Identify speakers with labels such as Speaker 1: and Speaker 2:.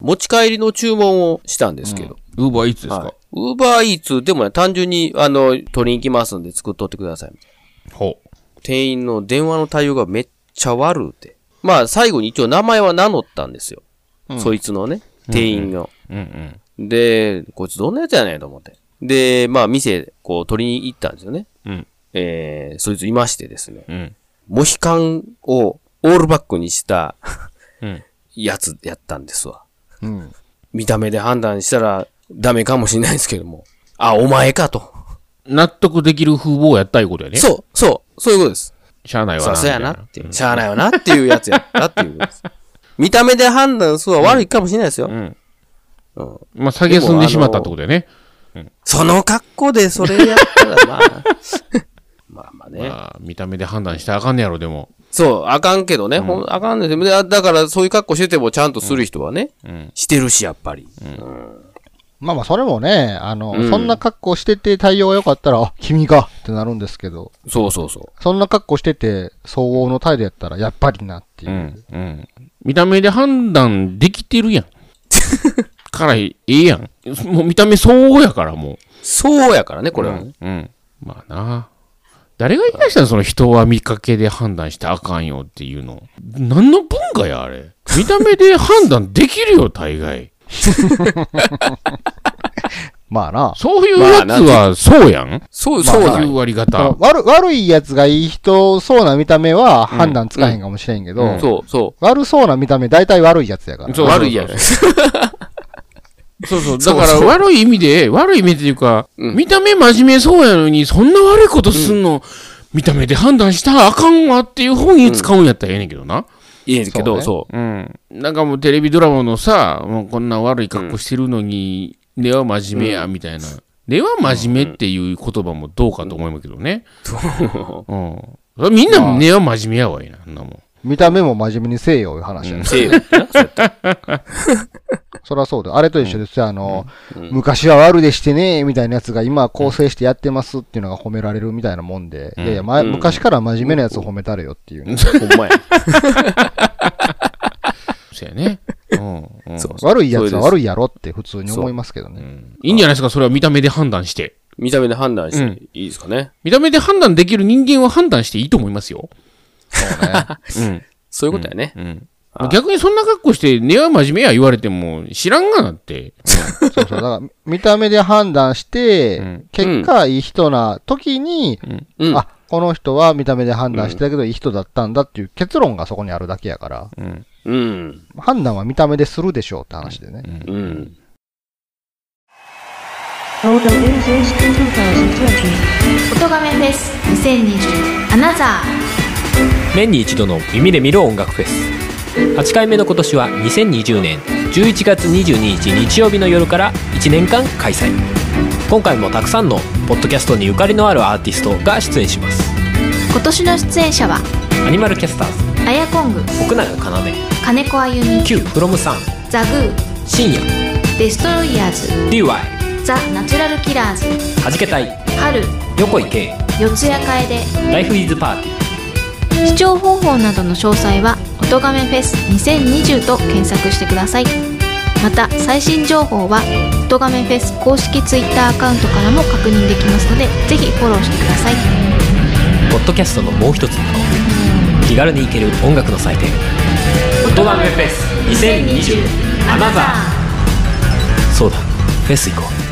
Speaker 1: 持ち帰りの注文をしたんですけど。
Speaker 2: ウーバーイーツですか、
Speaker 1: はい。ウーバーイーツでもね、単純に、あの、取りに行きますんで作っとってください。
Speaker 2: ほう。
Speaker 1: 店員の電話の対応がめっちゃ悪うて。まあ、最後に一応名前は名乗ったんですよ。そいつのね、店員の。
Speaker 2: うんうん。
Speaker 1: で、こいつどんなやつやねんと思って。で、まあ、店、こう、取りに行ったんですよね。
Speaker 2: うん。
Speaker 1: えー、そいついましてですね。
Speaker 2: うん。
Speaker 1: モヒカンをオールバックにした
Speaker 2: うん。
Speaker 1: やつやったんですわ。
Speaker 3: うん。
Speaker 1: 見た目で判断したらダメかもしれないですけども。あ、お前かと。
Speaker 2: 納得できる風貌やったいうことやね。
Speaker 1: そう、そう、そういうことです。
Speaker 2: しゃあないわ
Speaker 1: そ
Speaker 2: な。
Speaker 1: うそうやな
Speaker 2: みたい
Speaker 1: っていう。しゃあないよなっていうやつやったっていうこと です。見た目で判断するのは悪いかもしれないですよ。
Speaker 2: ん
Speaker 1: うん
Speaker 2: まあ、下げすんでしまったってことやね。
Speaker 1: その格好でそれやったら まあ。まあまあね。
Speaker 2: まあ、見た目で判断してあかんねやろ、でも。
Speaker 1: そう、あかんけどね。ほん、あかんねんでだだからそういう格好しててもちゃんとする人はね、
Speaker 2: うん。
Speaker 1: してるし、やっぱり。
Speaker 3: まあまあ、それもね、あの、
Speaker 1: うん
Speaker 3: そんな格好してて対応が良かったら、あ、君かってなるんですけど、
Speaker 1: そうそうそ
Speaker 3: そんな格好してて、相応の態度やったら、やっぱりなっていうう。
Speaker 2: ん。うん。見た目で判断できてる やん。から、ええやん。もう見た目相応やから、もう。
Speaker 1: う。そうやからね、これはね。
Speaker 2: うん。まあな。誰が言い出したのその人は見かけで判断してあかんよっていうの。何の文化や、あれ。見た目で判断できるよ、大 概。
Speaker 3: まあな。
Speaker 2: そういうやつは、そうやん。
Speaker 1: そう、そうなん
Speaker 2: 9
Speaker 1: よ
Speaker 2: 割
Speaker 3: だから
Speaker 2: 方。
Speaker 3: 悪悪いやつがいい人そうな見た目は判断つかへんかもしれんけど、
Speaker 2: うん
Speaker 1: そう、そ。
Speaker 3: 悪そうな見た目大体悪いやつやから。
Speaker 2: そうう
Speaker 1: 悪いやつ。
Speaker 2: そうそう。だ
Speaker 1: そう
Speaker 2: から
Speaker 1: そう
Speaker 2: 悪い意味で、悪い意味でいうか、
Speaker 1: うん
Speaker 2: 見た目真面目そうやのに、そんな悪いことすんの、見た目で判断したらあかんわっていう本に使うんやったらええねんけどな。
Speaker 1: いいねんけど、
Speaker 3: そ
Speaker 1: そ
Speaker 2: うん。なんかもうテレビドラマのさ、もうこんな悪い格好してるのに、根は真面目や、みたいな。根は真面目っていう言葉もどうかと思いますけどね。うん。それみんな根は真面目やわいな、あんなもん。
Speaker 3: 見た目も真面目にせえよ、いう話や、
Speaker 1: う。せえよってなそうやったら
Speaker 3: そりゃそうだよ。あれと一緒ですよ。あの、昔は悪でしてねみたいなやつが今は構成してやってますっていうのが褒められるみたいなもんで、いやいや、ま
Speaker 1: うん
Speaker 3: 昔から真面目なやつを褒めたれよっていう、
Speaker 1: ほんまや。
Speaker 2: そうやね。うん。う ん
Speaker 1: そう
Speaker 3: 悪いやつは
Speaker 1: そう
Speaker 3: 悪いやろって普通に思いますけどね。
Speaker 2: いいんじゃないですか、それは見た目で判断して。
Speaker 1: 見た目で判断し
Speaker 2: うん
Speaker 1: ていいですかね。
Speaker 2: 見た目で判断できる人間は判断していいと思いますよ。
Speaker 3: そうね。
Speaker 2: うん。
Speaker 1: そういうことやね。
Speaker 2: うん。逆にそんな格好して、根は真面目や言われても、知らんがなって。
Speaker 3: そうそう。だから、見た目で判断して、
Speaker 2: うん
Speaker 3: 結果いい人な時に、
Speaker 1: うん。
Speaker 3: あ、この人は見た目で判断してたけどいい人だったんだっていう結論がそこにあるだけやから、
Speaker 2: うん。
Speaker 1: うん。
Speaker 3: 判断は見た目でするでしょうって話でね。
Speaker 1: うん。
Speaker 4: Total English 2020.
Speaker 5: 音がめフェス2020アナザ
Speaker 6: 年に一度の耳で見る音楽フェス8回目の今年は2020年11月22日日曜日の夜から1年間開催今回もたくさんのポッドキャストにゆかりのあるアーティストが出演します
Speaker 5: ー今年の出演者は
Speaker 6: アニマルキャスターズ
Speaker 5: アヤコング
Speaker 6: 奥永かなで
Speaker 5: 金子あゆみ
Speaker 6: Q フロムサン
Speaker 5: ザグー
Speaker 6: 深夜
Speaker 5: デストロイヤーズ
Speaker 6: DY
Speaker 5: ザ・ナチュラルキラーズ
Speaker 6: はじけたい
Speaker 5: 春
Speaker 6: 横井圭
Speaker 5: 四谷楓
Speaker 6: Life is Party
Speaker 5: 視聴方法などの詳細は「音がめフェス2020」と検索してくださいまた最新情報は「音がめフェス」公式 Twitter アカウントからも確認できますのでぜひフォローしてください
Speaker 6: ポッドキャストのもう一つの顔気軽に行ける音楽の祭典「音ガメフェス2020アナザー」そうだフェス行こう